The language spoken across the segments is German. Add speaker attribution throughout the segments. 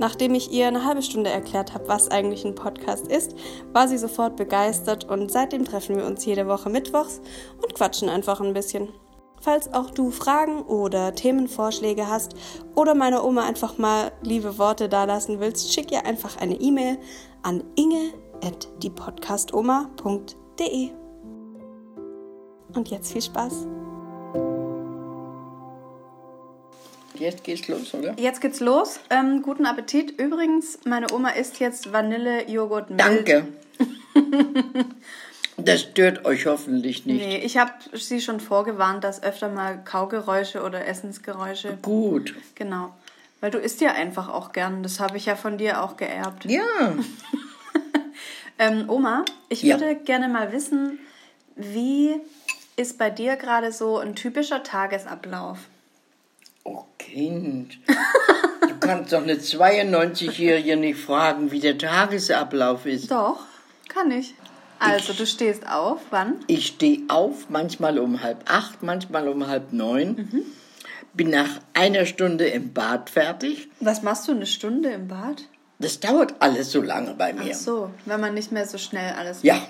Speaker 1: Nachdem ich ihr eine halbe Stunde erklärt habe, was eigentlich ein Podcast ist, war sie sofort begeistert und seitdem treffen wir uns jede Woche mittwochs und quatschen einfach ein bisschen. Falls auch du Fragen oder Themenvorschläge hast oder meiner Oma einfach mal liebe Worte dalassen willst, schick ihr einfach eine E-Mail an inge@diepodcastoma.de. Und jetzt viel Spaß.
Speaker 2: Jetzt geht's los, oder?
Speaker 1: Jetzt geht's los. Ähm, guten Appetit. Übrigens, meine Oma isst jetzt Vanille, Joghurt, Milch.
Speaker 2: Danke. Das stört euch hoffentlich nicht.
Speaker 1: Nee, ich habe sie schon vorgewarnt, dass öfter mal Kaugeräusche oder Essensgeräusche.
Speaker 2: Gut.
Speaker 1: Genau. Weil du isst ja einfach auch gern. Das habe ich ja von dir auch geerbt.
Speaker 2: Ja.
Speaker 1: Ähm, Oma, ich
Speaker 2: Ja.
Speaker 1: würde gerne mal wissen, wie ist bei dir gerade so ein typischer Tagesablauf?
Speaker 2: Oh Kind. Du kannst doch eine 92-Jährige nicht fragen, wie der Tagesablauf ist.
Speaker 1: Doch, kann ich. Also, du stehst auf, wann?
Speaker 2: Ich stehe auf, manchmal um halb acht, manchmal um halb neun.
Speaker 1: Mhm.
Speaker 2: Bin nach einer Stunde im Bad fertig.
Speaker 1: Was machst du eine Stunde im Bad?
Speaker 2: Das dauert alles so lange bei mir.
Speaker 1: Ach so, wenn man nicht mehr so schnell alles
Speaker 2: Ja.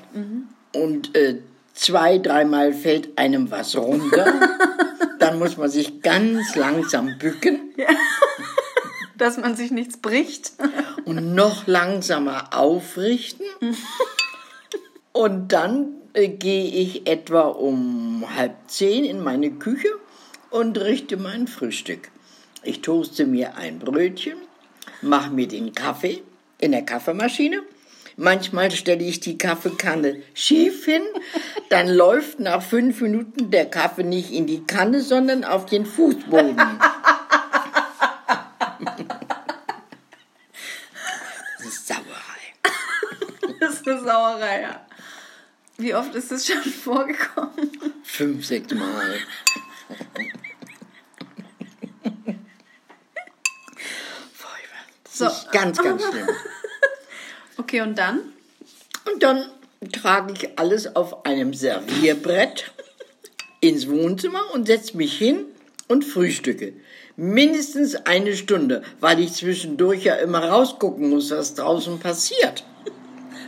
Speaker 2: Und äh, zwei, dreimal fällt einem was runter. Dann muss man sich ganz langsam bücken
Speaker 1: dass man sich nichts bricht.
Speaker 2: und noch langsamer aufrichten. Und dann äh, gehe ich etwa um halb zehn in meine Küche und richte mein Frühstück. Ich toaste mir ein Brötchen, mache mir den Kaffee in der Kaffeemaschine. Manchmal stelle ich die Kaffeekanne schief hin, dann läuft nach fünf Minuten der Kaffee nicht in die Kanne, sondern auf den Fußboden. Das ist Sauerei.
Speaker 1: Das ist eine Sauerei, ja. Wie oft ist das schon vorgekommen?
Speaker 2: Fünf, sechs Mal.
Speaker 1: So.
Speaker 2: Das ist ganz, ganz schlimm.
Speaker 1: Okay, und dann?
Speaker 2: Und dann trage ich alles auf einem Servierbrett ins Wohnzimmer und setze mich hin und frühstücke. Mindestens eine Stunde, weil ich zwischendurch ja immer rausgucken muss, was draußen passiert.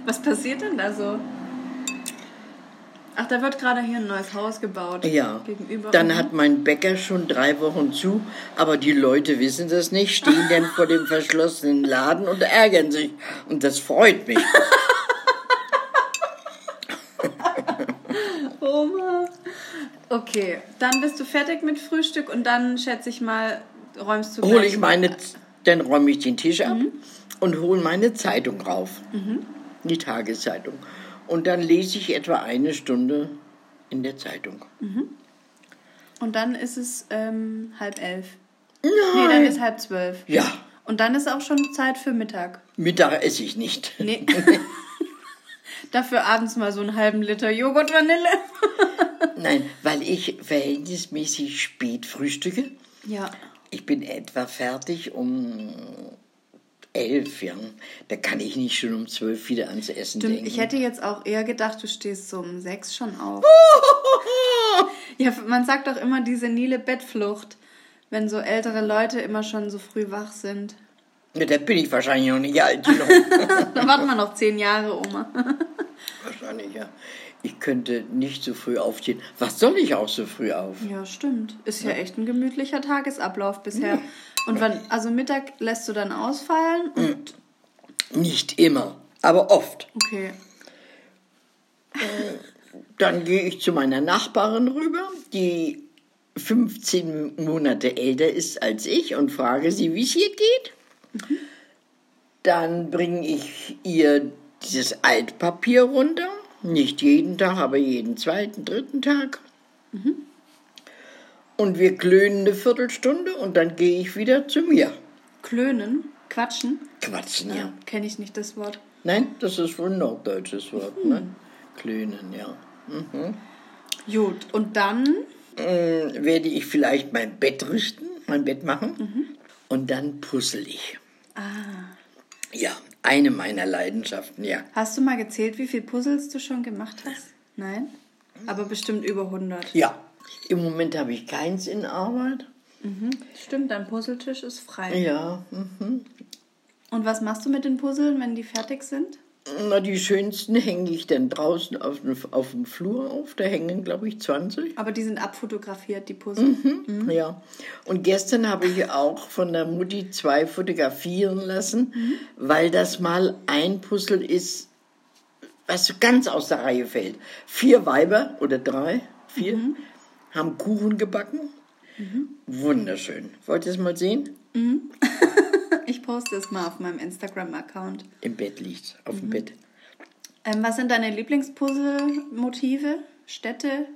Speaker 1: Was passiert denn da so? Ach, da wird gerade hier ein neues Haus gebaut.
Speaker 2: Ja,
Speaker 1: Gegenüber.
Speaker 2: dann hat mein Bäcker schon drei Wochen zu, aber die Leute wissen das nicht, stehen dann vor dem verschlossenen Laden und ärgern sich. Und das freut mich.
Speaker 1: Oma. Okay, dann bist du fertig mit Frühstück und dann schätze ich mal, räumst du
Speaker 2: hole
Speaker 1: gleich-
Speaker 2: ich meine, dann räume ich den Tisch ab und hole meine Zeitung rauf, die Tageszeitung. Und dann lese ich etwa eine Stunde in der Zeitung.
Speaker 1: Und dann ist es ähm, halb elf. Nee, dann ist halb zwölf.
Speaker 2: Ja,
Speaker 1: Und dann ist auch schon Zeit für Mittag.
Speaker 2: Mittag esse ich nicht.
Speaker 1: Nee. Dafür abends mal so einen halben Liter Joghurt Vanille.
Speaker 2: Nein, weil ich verhältnismäßig spät frühstücke.
Speaker 1: Ja.
Speaker 2: Ich bin etwa fertig um elf, ja. Da kann ich nicht schon um zwölf wieder ans Essen
Speaker 1: Stimmt,
Speaker 2: denken.
Speaker 1: ich hätte jetzt auch eher gedacht, du stehst so um sechs schon auf. ja, man sagt doch immer die senile Bettflucht, wenn so ältere Leute immer schon so früh wach sind.
Speaker 2: Ja, da bin ich wahrscheinlich noch nicht alt genug.
Speaker 1: Dann warten wir noch zehn Jahre, Oma.
Speaker 2: Wahrscheinlich, ja. Ich könnte nicht so früh aufstehen. Was soll ich auch so früh auf?
Speaker 1: Ja, stimmt. Ist ja echt ein gemütlicher Tagesablauf bisher. Und wann, also Mittag lässt du dann ausfallen? Und,
Speaker 2: Nicht immer, aber oft.
Speaker 1: okay.
Speaker 2: Dann gehe ich zu meiner Nachbarin rüber, die 15 Monate älter ist als ich und frage sie, wie es ihr geht. Dann bringe ich ihr dieses Altpapier runter. Nicht jeden Tag, aber jeden zweiten, dritten Tag. Und wir klönen eine Viertelstunde und dann gehe ich wieder zu mir.
Speaker 1: Klönen, quatschen.
Speaker 2: Quatschen, ja.
Speaker 1: Kenne ich nicht das Wort.
Speaker 2: Nein, das ist wohl ein norddeutsches Wort. Ne? klönen, ja.
Speaker 1: Gut, und dann?
Speaker 2: Äh, werde ich vielleicht mein Bett rüsten, mein Bett machen und dann puzzle ich. Ah. Ja, eine meiner Leidenschaften, ja.
Speaker 1: Hast du mal gezählt, wie viele Puzzles du schon gemacht hast? Nein? Aber bestimmt über 100.
Speaker 2: Ja, im Moment habe ich keins in Arbeit.
Speaker 1: Stimmt, dein Puzzletisch ist frei.
Speaker 2: Ja, hm.
Speaker 1: Und was machst du mit den Puzzlen, wenn die fertig sind?
Speaker 2: na, die schönsten hänge ich dann draußen auf dem, auf dem Flur auf. Da hängen, glaube ich, 20.
Speaker 1: Aber die sind abfotografiert, die Puzzle.
Speaker 2: Mhm. Ja, und gestern habe ich auch von der Mutti zwei fotografieren lassen, weil das mal ein Puzzle ist, was so ganz aus der Reihe fällt. Vier Weiber oder drei, vier, haben Kuchen gebacken. Wunderschön. Wollt ihr es mal sehen?
Speaker 1: Ich poste es mal auf meinem Instagram-Account.
Speaker 2: Im Bett liegt auf dem Bett.
Speaker 1: Ähm, was sind deine Lieblingspuzzle-Motive? Städte?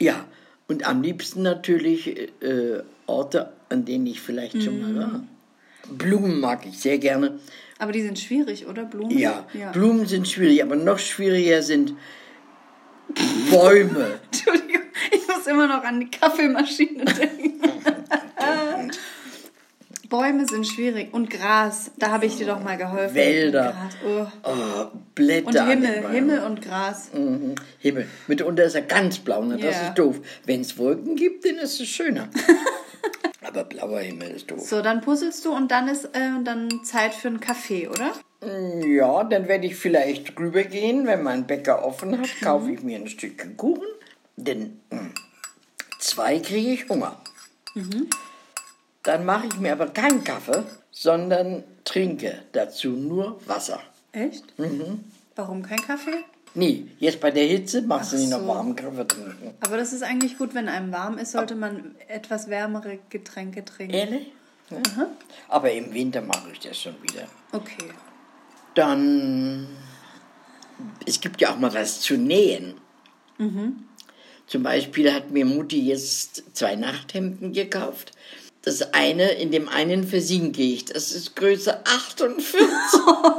Speaker 2: Ja, und am liebsten natürlich äh, Orte, an denen ich vielleicht schon mal war. Blumen mag ich sehr gerne.
Speaker 1: Aber die sind schwierig, oder? Blumen?
Speaker 2: Ja, Blumen sind schwierig, aber noch schwieriger sind Bäume.
Speaker 1: Entschuldigung, ich muss immer noch an die Kaffeemaschine denken. Bäume sind schwierig. Und Gras, da habe ich dir doch mal geholfen.
Speaker 2: Wälder.
Speaker 1: Gras, oh.
Speaker 2: Oh, Blätter.
Speaker 1: Und
Speaker 2: an den
Speaker 1: Himmel,
Speaker 2: Bäumen.
Speaker 1: Himmel und Gras.
Speaker 2: Mhm. Himmel. Mitunter ist er ganz blau, ne? das
Speaker 1: Ja.
Speaker 2: ist doof. Wenn es Wolken gibt, dann ist es schöner. aber blauer Himmel ist doof.
Speaker 1: So, dann puzzelst du und dann ist äh, dann Zeit für einen Kaffee, oder?
Speaker 2: Ja, dann werde ich vielleicht rübergehen. Wenn mein Bäcker offen hat, kaufe ich mir ein Stückchen Kuchen. Denn mh, zwei kriege ich Hunger. Dann mache ich mir aber keinen Kaffee, sondern trinke dazu nur Wasser.
Speaker 1: Echt?
Speaker 2: Mhm.
Speaker 1: Warum kein Kaffee?
Speaker 2: Nee, jetzt bei der Hitze machst du nicht
Speaker 1: so.
Speaker 2: noch warmen Kaffee trinken.
Speaker 1: Aber das ist eigentlich gut, wenn einem warm ist, sollte man etwas wärmere Getränke trinken.
Speaker 2: Ehrlich? Ja. Aber im Winter mache ich das schon wieder.
Speaker 1: Okay.
Speaker 2: Dann, es gibt ja auch mal was zu nähen.
Speaker 1: Mhm.
Speaker 2: Zum Beispiel hat mir Mutti jetzt zwei Nachthemden gekauft. Das eine, in dem einen versinke ich. Das ist Größe 48.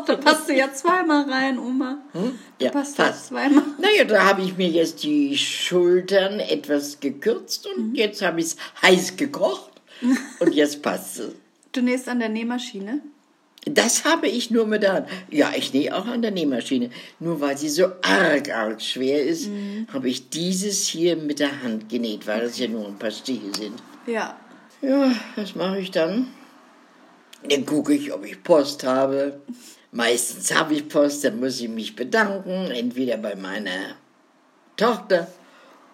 Speaker 1: Da passt du ja zweimal rein, Oma.
Speaker 2: Hm? Ja,
Speaker 1: passt
Speaker 2: fast.
Speaker 1: das zweimal.
Speaker 2: Naja, da habe ich mir jetzt die Schultern etwas gekürzt und
Speaker 1: Mhm.
Speaker 2: jetzt habe ich es heiß gekocht und jetzt passt es.
Speaker 1: Du nähst an der Nähmaschine.
Speaker 2: Das habe ich nur mit der Hand. Ja, ich nähe auch an der Nähmaschine. Nur weil sie so arg, arg schwer ist, habe ich dieses hier mit der Hand genäht, weil es ja nur ein paar Stiche sind.
Speaker 1: Ja.
Speaker 2: Ja, was mache ich dann? Dann gucke ich, ob ich Post habe. Meistens habe ich Post, dann muss ich mich bedanken, entweder bei meiner Tochter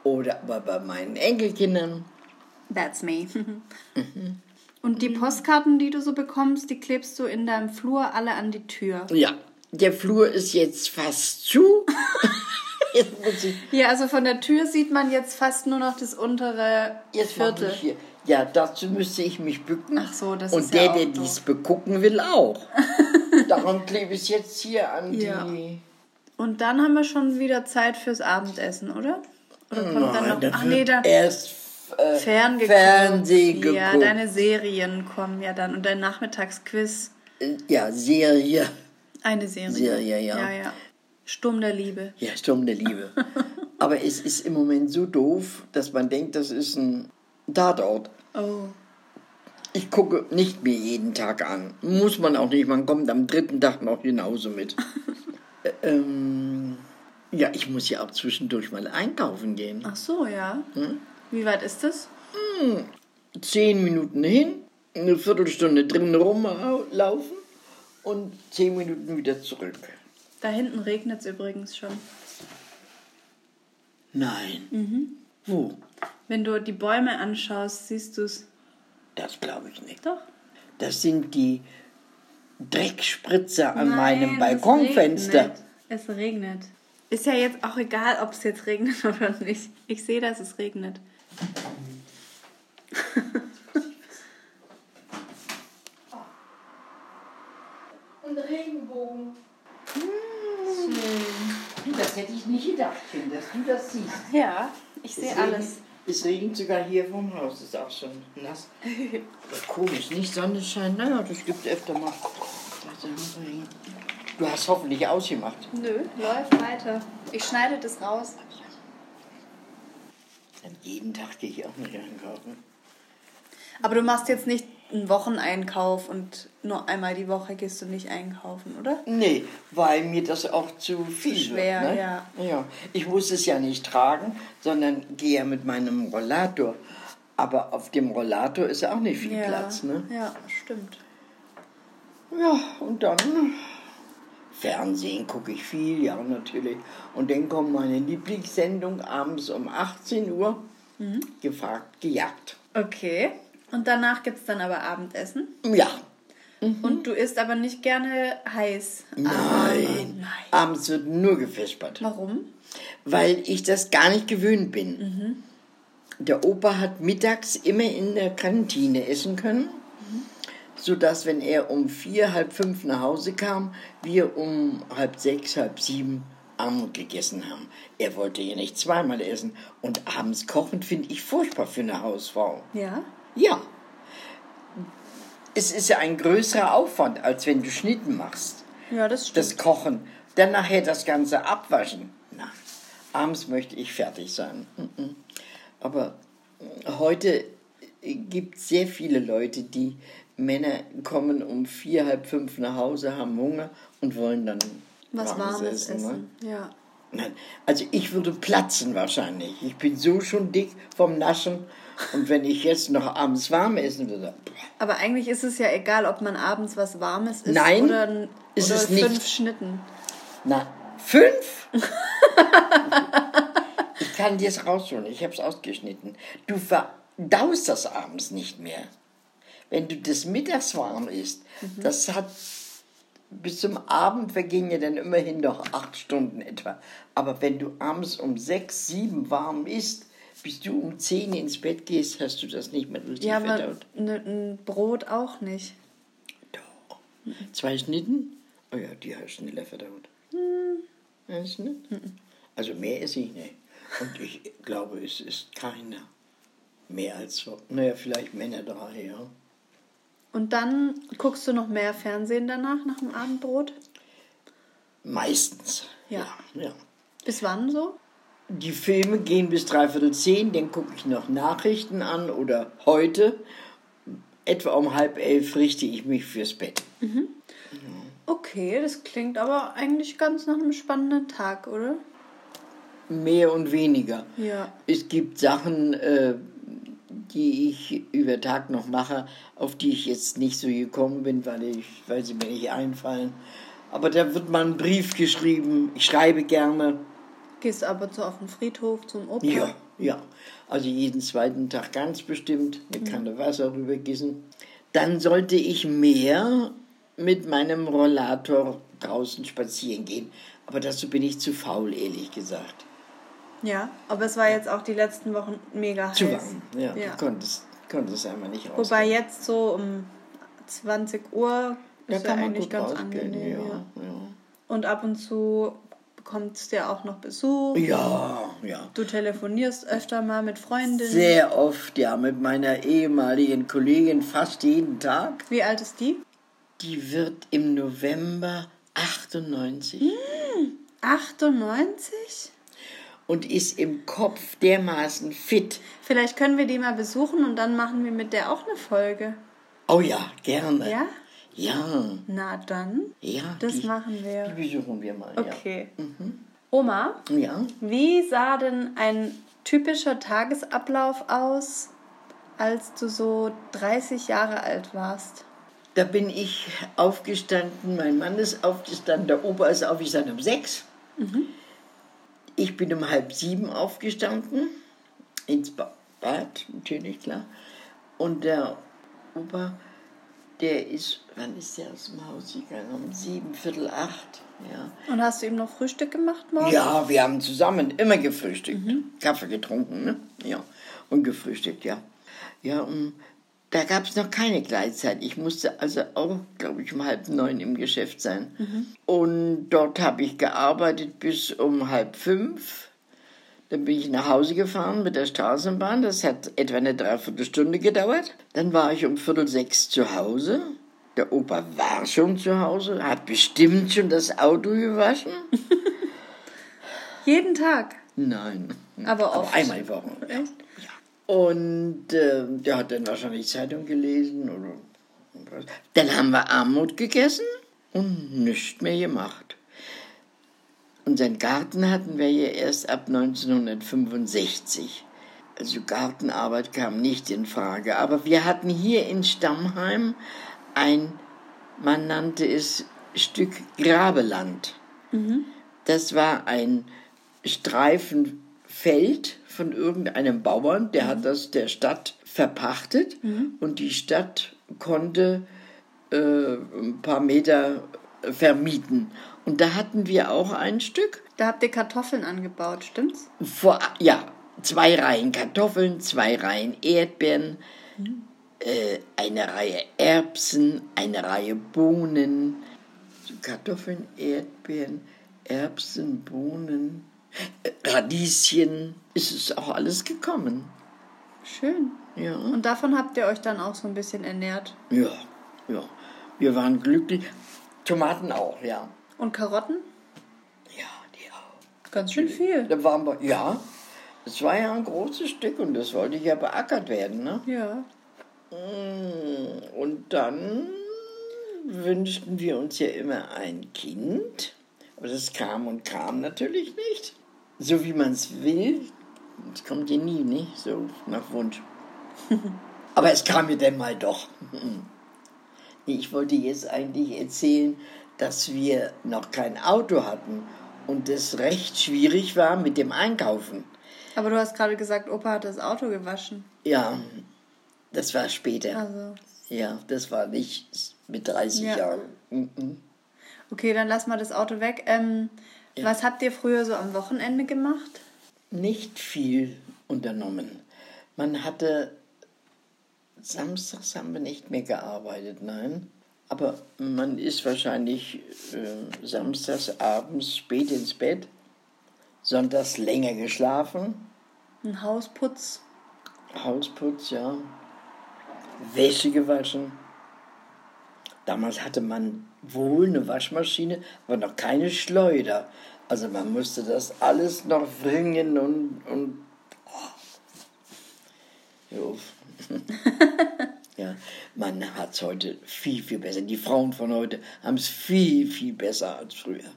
Speaker 2: oder aber bei meinen Enkelkindern.
Speaker 1: That's me.
Speaker 2: Mhm.
Speaker 1: Und die Postkarten, die du so bekommst, die klebst du in deinem Flur alle an die Tür.
Speaker 2: Ja, der Flur ist jetzt fast zu. jetzt muss ich,
Speaker 1: Ja, also von der Tür sieht man jetzt fast nur noch das untere
Speaker 2: jetzt mache
Speaker 1: Viertel.
Speaker 2: ich hier. Ja, dazu müsste ich mich bücken.
Speaker 1: Ach so, das
Speaker 2: Und
Speaker 1: ist
Speaker 2: der,
Speaker 1: ja auch
Speaker 2: der
Speaker 1: doof.
Speaker 2: dies begucken will, auch. Darum klebe ich es jetzt hier an
Speaker 1: Ja.
Speaker 2: die.
Speaker 1: Und dann haben wir schon wieder Zeit fürs Abendessen, oder? Oder kommt dann
Speaker 2: Hm,
Speaker 1: noch.
Speaker 2: Nein,
Speaker 1: Ach
Speaker 2: wird
Speaker 1: nee, da
Speaker 2: erst äh,
Speaker 1: Ferngeguckt.
Speaker 2: Fernsehen geguckt.
Speaker 1: Ja, deine Serien kommen ja dann und dein Nachmittagsquiz.
Speaker 2: Äh, Ja, Serie.
Speaker 1: Eine Serie.
Speaker 2: Serie, ja.
Speaker 1: ja, ja. Sturm der Liebe.
Speaker 2: Ja, Sturm der Liebe. Aber es ist im Moment so doof, dass man denkt, das ist ein Tatort.
Speaker 1: Oh.
Speaker 2: Ich gucke nicht mir jeden Tag an. Muss man auch nicht. Man kommt am dritten Tag noch genauso mit. Ä- ähm, ja, ich muss ja auch zwischendurch mal einkaufen gehen.
Speaker 1: Ach so, ja.
Speaker 2: Hm?
Speaker 1: Wie weit ist das?
Speaker 2: Zehn Minuten hin, eine Viertelstunde drin rumlaufen und zehn Minuten wieder zurück.
Speaker 1: Da hinten regnet es übrigens schon.
Speaker 2: Nein. Wo?
Speaker 1: Wenn du die Bäume anschaust, siehst du es.
Speaker 2: Das glaube ich nicht.
Speaker 1: Doch.
Speaker 2: Das sind die Dreckspritzer an meinem
Speaker 1: Nein, es
Speaker 2: Balkonfenster.
Speaker 1: regnet. Es regnet. Ist ja jetzt auch egal, ob es jetzt regnet oder nicht. Ich sehe, dass es regnet.
Speaker 3: Und Regenbogen.
Speaker 2: Das hätte ich nicht gedacht, Kim, dass du das siehst.
Speaker 1: Ja, ich sehe alles.
Speaker 2: Es regnet sogar hier vom Haus, ist auch schon nass. Ja, komisch, nicht Sonnenschein. Naja, das gibt öfter mal. Also, Regen. Du hast hoffentlich ausgemacht.
Speaker 1: Nö, läuft weiter. Ich schneide das raus.
Speaker 2: Denn jeden Tag gehe ich auch nicht einkaufen.
Speaker 1: Aber du machst jetzt nicht einen Wocheneinkauf und nur einmal die Woche gehst du nicht einkaufen, oder?
Speaker 2: Nee, weil mir das auch zu viel
Speaker 1: schwer,
Speaker 2: wird. Ne?
Speaker 1: ja.
Speaker 2: ja. Ich muss es ja nicht tragen, sondern gehe ja mit meinem Rollator. Aber auf dem Rollator ist auch nicht viel
Speaker 1: ja.
Speaker 2: Platz. Ne?
Speaker 1: Ja, stimmt.
Speaker 2: Ja, und dann Fernsehen gucke ich viel, ja natürlich. Und dann kommt meine Lieblingssendung abends um 18 Uhr, gefragt, gejagt.
Speaker 1: Okay. Und danach gibt es dann aber Abendessen.
Speaker 2: Ja,
Speaker 1: Und du isst aber nicht gerne heiß.
Speaker 2: Nein.
Speaker 1: Ah, nein.
Speaker 2: Abends wird nur gefispert,
Speaker 1: Warum?
Speaker 2: weil ich das gar nicht gewöhnt bin. Der Opa hat mittags immer in der Kantine essen können, sodass, wenn er um vier, halb fünf nach Hause kam, wir um halb sechs, halb sieben Abend gegessen haben. Er wollte ja nicht zweimal essen. Und abends kochen finde ich furchtbar für eine Hausfrau.
Speaker 1: Ja.
Speaker 2: Ja. Es ist ja ein größerer Aufwand, als wenn du Schnitten machst
Speaker 1: Ja, das stimmt.
Speaker 2: das Kochen, dann nachher das Ganze abwaschen. Na, abends möchte ich fertig sein. Mhm. Aber äh, heute gibt es sehr viele Leute, die Männer kommen um vier, halb fünf nach Hause, haben Hunger und wollen dann
Speaker 1: Was
Speaker 2: warmes
Speaker 1: warmes
Speaker 2: ne?
Speaker 1: Essen. Ja.
Speaker 2: Nein, also ich würde platzen wahrscheinlich. Ich bin so schon dick vom Naschen und wenn ich jetzt noch abends warm essen würde, boah,
Speaker 1: Aber eigentlich ist es ja egal, ob man abends was Warmes isst
Speaker 2: Nein,
Speaker 1: oder, n-
Speaker 2: ist
Speaker 1: oder
Speaker 2: es
Speaker 1: fünf
Speaker 2: nicht.
Speaker 1: Schnitten.
Speaker 2: Na, fünf? ich kann dir es rausholen, ich habe es ausgeschnitten. Du verdaust das abends nicht mehr. Wenn du das mittags warm isst,
Speaker 1: Mhm.
Speaker 2: das hat bis zum Abend vergehen ja dann immerhin noch acht Stunden etwa. Aber wenn du abends um sechs, sieben warm isst, bis du um zehn ins Bett gehst, hast du das nicht mehr richtig
Speaker 1: Ja, aber
Speaker 2: verdaut.
Speaker 1: ne, ein Brot auch nicht.
Speaker 2: Doch. Zwei Schnitten? Oh ja, die habe ich schneller verdaut. Weißt du nicht? Also mehr esse ich nicht. Und ich glaube, es ist keiner. Mehr als so. Naja, vielleicht Männer drei, ja.
Speaker 1: Und dann guckst du noch mehr Fernsehen danach, nach dem Abendbrot?
Speaker 2: Meistens.
Speaker 1: Ja.
Speaker 2: ja. ja.
Speaker 1: Bis wann so?
Speaker 2: Die Filme gehen bis dreiviertel zehn, dann gucke ich noch Nachrichten an oder heute. Etwa um halb elf richte ich mich fürs Bett.
Speaker 1: Okay, das klingt aber eigentlich ganz nach einem spannenden Tag, oder?
Speaker 2: Mehr und weniger.
Speaker 1: Ja.
Speaker 2: Es gibt Sachen, äh, die ich über Tag noch mache, auf die ich jetzt nicht so gekommen bin, weil, ich, weil sie mir nicht einfallen. Aber da wird mal ein Brief geschrieben. Ich schreibe gerne.
Speaker 1: Gehst aber zu auf den Friedhof, zum Opa.
Speaker 2: Ja, ja. Also jeden zweiten Tag ganz bestimmt eine Kanne Wasser rübergießen. Dann sollte ich mehr mit meinem Rollator draußen spazieren gehen. Aber dazu bin ich zu faul, ehrlich gesagt.
Speaker 1: Ja, aber es war jetzt auch die letzten Wochen mega heiß.
Speaker 2: Zu warm. Ja, oh
Speaker 1: Ja.
Speaker 2: Du konntest, konntest einmal nicht raus.
Speaker 1: Wobei jetzt so um 20 Uhr ist ja eigentlich ganz angenehm. Ja. Und ab und zu bekommst du ja auch noch Besuch.
Speaker 2: Ja, ja. ja.
Speaker 1: Du telefonierst öfter mal mit Freundinnen.
Speaker 2: Sehr oft, ja, mit meiner ehemaligen Kollegin fast jeden Tag.
Speaker 1: Wie alt ist die?
Speaker 2: Die wird im November 98
Speaker 1: Hm? 98?
Speaker 2: und ist im Kopf dermaßen fit.
Speaker 1: Vielleicht können wir die mal besuchen und dann machen wir mit der auch eine Folge.
Speaker 2: Oh ja, gerne.
Speaker 1: Ja?
Speaker 2: Ja,
Speaker 1: Na dann,
Speaker 2: ja.
Speaker 1: das
Speaker 2: die,
Speaker 1: machen
Speaker 2: Die
Speaker 1: wir.
Speaker 2: besuchen wir mal,
Speaker 1: Okay.
Speaker 2: Mhm.
Speaker 1: Oma,
Speaker 2: ja. Ja.
Speaker 1: wie sah denn ein typischer Tagesablauf aus, als du so 30 Jahre alt warst?
Speaker 2: Da bin ich aufgestanden, mein Mann ist aufgestanden, der Opa ist aufgestanden um sechs. Ich bin um halb sieben aufgestanden, ins Ba- Bad, natürlich, klar. Und der Opa, der ist, wann ist der aus dem Haus gegangen? Um sieben, viertel acht, ja.
Speaker 1: Und hast du ihm noch Frühstück gemacht morgen?
Speaker 2: Ja, wir haben zusammen immer gefrühstückt. Kaffee getrunken, ne? Ja. Und gefrühstückt, ja. Ja, um, da gab es noch keine Gleitzeit. Ich musste also auch, glaube ich, um halb neun im Geschäft sein. Und dort habe ich gearbeitet bis um halb fünf. Dann bin ich nach Hause gefahren mit der Straßenbahn. Das hat etwa eine Dreiviertelstunde gedauert. Dann war ich um Viertel sechs zu Hause. Der Opa war schon zu Hause, hat bestimmt schon das Auto gewaschen.
Speaker 1: Jeden Tag.
Speaker 2: Nein.
Speaker 1: Aber oft.
Speaker 2: einmal die Woche. Ja. Und äh, der hat dann wahrscheinlich Zeitung gelesen oder was. Dann haben wir Armut gegessen und nichts mehr gemacht. Unseren Garten hatten wir ja erst ab 1965. Also Gartenarbeit kam nicht in Frage. Aber wir hatten hier in Stammheim ein, man nannte es Stück Grabeland. Das war ein Streifen Feld von irgendeinem Bauern, der hat das der Stadt verpachtet und die Stadt konnte äh, ein paar Meter vermieten. Und da hatten wir auch ein Stück.
Speaker 1: Da habt ihr Kartoffeln angebaut, stimmt's?
Speaker 2: Vor, ja, zwei Reihen Kartoffeln, zwei Reihen Erdbeeren, äh, eine Reihe Erbsen, eine Reihe Bohnen. So Kartoffeln, Erdbeeren, Erbsen, Bohnen, äh, Radieschen. Es ist auch alles gekommen.
Speaker 1: Schön.
Speaker 2: Ja.
Speaker 1: Und davon habt ihr euch dann auch so ein bisschen ernährt.
Speaker 2: Ja, ja. Wir waren glücklich. Tomaten auch, ja.
Speaker 1: Und Karotten?
Speaker 2: Ja, die auch.
Speaker 1: Ganz schön viel.
Speaker 2: Da waren wir, ja. Das war ja ein großes Stück und das wollte ja beackert werden, ne?
Speaker 1: Ja.
Speaker 2: Und dann wünschten wir uns ja immer ein Kind. Aber das kam und kam natürlich nicht. So wie man es will. Es kommt ja nie, ne? So nach Wunsch. Aber es kam mir dann mal doch. Ich wollte jetzt eigentlich erzählen, dass wir noch kein Auto hatten und es recht schwierig war mit dem Einkaufen.
Speaker 1: Aber du hast gerade gesagt, Opa hat das Auto gewaschen.
Speaker 2: Ja, das war später.
Speaker 1: Also.
Speaker 2: Ja, das war nicht mit 30
Speaker 1: Ja.
Speaker 2: Jahren. Mhm.
Speaker 1: Okay, dann lass mal das Auto weg. Ähm, Was habt ihr früher so am Wochenende gemacht?
Speaker 2: Nicht viel unternommen. Man hatte, samstags haben wir nicht mehr gearbeitet, nein. Aber man ist wahrscheinlich äh, samstags abends spät ins Bett, sonntags länger geschlafen,
Speaker 1: Ein Hausputz.
Speaker 2: Hausputz, ja, Wäsche gewaschen. Damals hatte man wohl eine Waschmaschine, aber noch keine Schleuder. Also man musste das alles noch wringen und. und oh. Jo. ja, man hat es heute viel, viel besser. Die Frauen von heute haben es viel, viel besser als früher.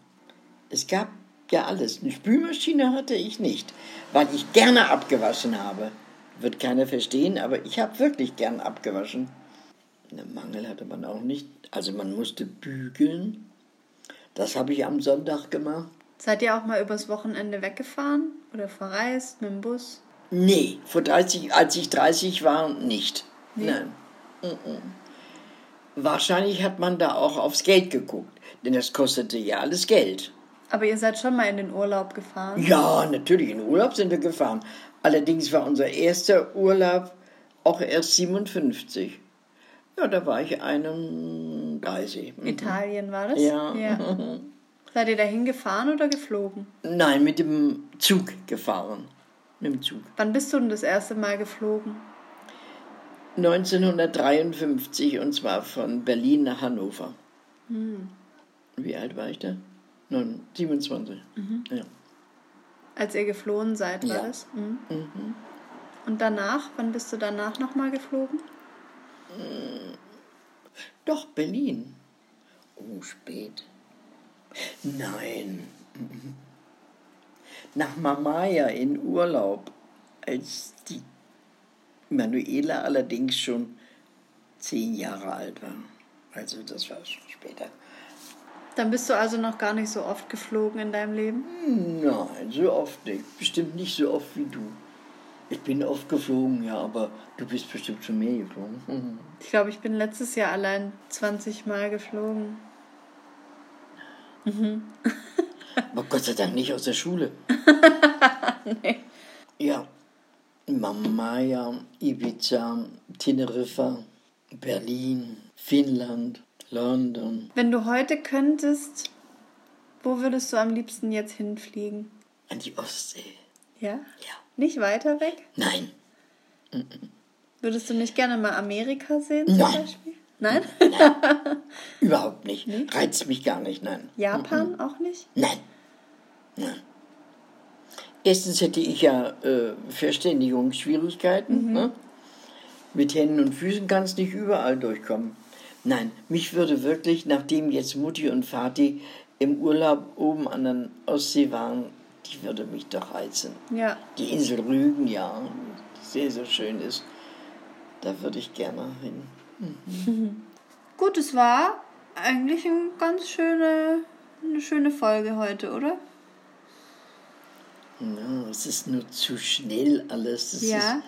Speaker 2: Es gab ja alles. Eine Spülmaschine hatte ich nicht, weil ich gerne abgewaschen habe. Wird keiner verstehen, aber ich habe wirklich gern abgewaschen. Einen Mangel hatte man auch nicht. Also man musste bügeln. Das habe ich am Sonntag gemacht.
Speaker 1: Seid ihr auch mal übers Wochenende weggefahren oder verreist mit dem Bus?
Speaker 2: Nee, vor 30, als ich 30 war, nicht. Nein. Mhm. Wahrscheinlich hat man da auch aufs Geld geguckt, denn das kostete ja alles Geld.
Speaker 1: Aber ihr seid schon mal in den Urlaub gefahren.
Speaker 2: Ja, natürlich, in Urlaub sind wir gefahren. Allerdings war unser erster Urlaub auch erst 57. Ja, da war ich 31. Mhm.
Speaker 1: Italien war das?
Speaker 2: Ja.
Speaker 1: Seid ihr dahin gefahren oder geflogen?
Speaker 2: Nein, mit dem Zug gefahren. Mit dem Zug.
Speaker 1: Wann bist du denn das erste Mal geflogen?
Speaker 2: 1953 und zwar von Berlin nach Hannover. Wie alt war ich da? Neun- 27. Ja.
Speaker 1: Als ihr geflohen seid, war
Speaker 2: Ja.
Speaker 1: das? Mhm. Und danach? Wann bist du danach nochmal geflogen?
Speaker 2: Doch, Berlin. Oh, spät. Nein. Nach Mamaya in Urlaub, als die Manuela allerdings schon zehn Jahre alt war. Also das war schon später.
Speaker 1: Dann bist du also noch gar nicht so oft geflogen in deinem Leben?
Speaker 2: Nein, so oft nicht. Bestimmt nicht so oft wie du. Ich bin oft geflogen, ja, aber du bist bestimmt schon mehr geflogen. Mhm.
Speaker 1: Ich glaube, ich bin letztes Jahr allein 20 Mal geflogen.
Speaker 2: Aber Gott sei Dank nicht aus der Schule. Ja. Mamaya, Ibiza, Teneriffa, Berlin, Finnland, London.
Speaker 1: Wenn du heute könntest, wo würdest du am liebsten jetzt hinfliegen?
Speaker 2: An die Ostsee.
Speaker 1: Ja?
Speaker 2: Ja.
Speaker 1: Nicht weiter weg?
Speaker 2: Nein.
Speaker 1: Würdest du nicht gerne mal Amerika sehen zum
Speaker 2: Nein.
Speaker 1: Beispiel? Nein?
Speaker 2: Überhaupt nicht. Reizt mich gar nicht, nein. Mhm.
Speaker 1: Japan auch nicht?
Speaker 2: Nein. Nein. Erstens hätte ich ja äh, Verständigungsschwierigkeiten. Ne? Mit Händen und Füßen kannst nicht überall durchkommen. Nein, mich würde wirklich, nachdem jetzt Mutti und Vati im Urlaub oben an der Ostsee waren, die würde mich doch reizen.
Speaker 1: Ja.
Speaker 2: Die Insel Rügen, ja, die sehr, sehr schön ist. Da würde ich gerne hin.
Speaker 1: Gut, es war eigentlich eine ganz schöne, eine schöne Folge heute, oder?
Speaker 2: Ja, es ist nur zu schnell alles. Es
Speaker 1: Ja.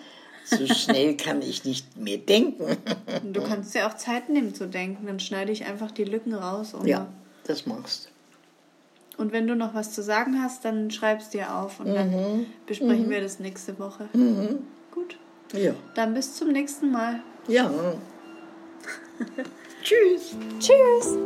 Speaker 2: ist, so schnell kann ich nicht mehr denken.
Speaker 1: Du kannst dir auch Zeit nehmen zu denken, dann schneide ich einfach die Lücken raus. Oma.
Speaker 2: Ja, das machst
Speaker 1: Und wenn du noch was zu sagen hast, dann schreib's dir auf und dann besprechen wir das nächste Woche. Gut,
Speaker 2: du. Ja.
Speaker 1: dann bis zum nächsten Mal.
Speaker 2: Ja. Tschüss.
Speaker 4: Tschüss!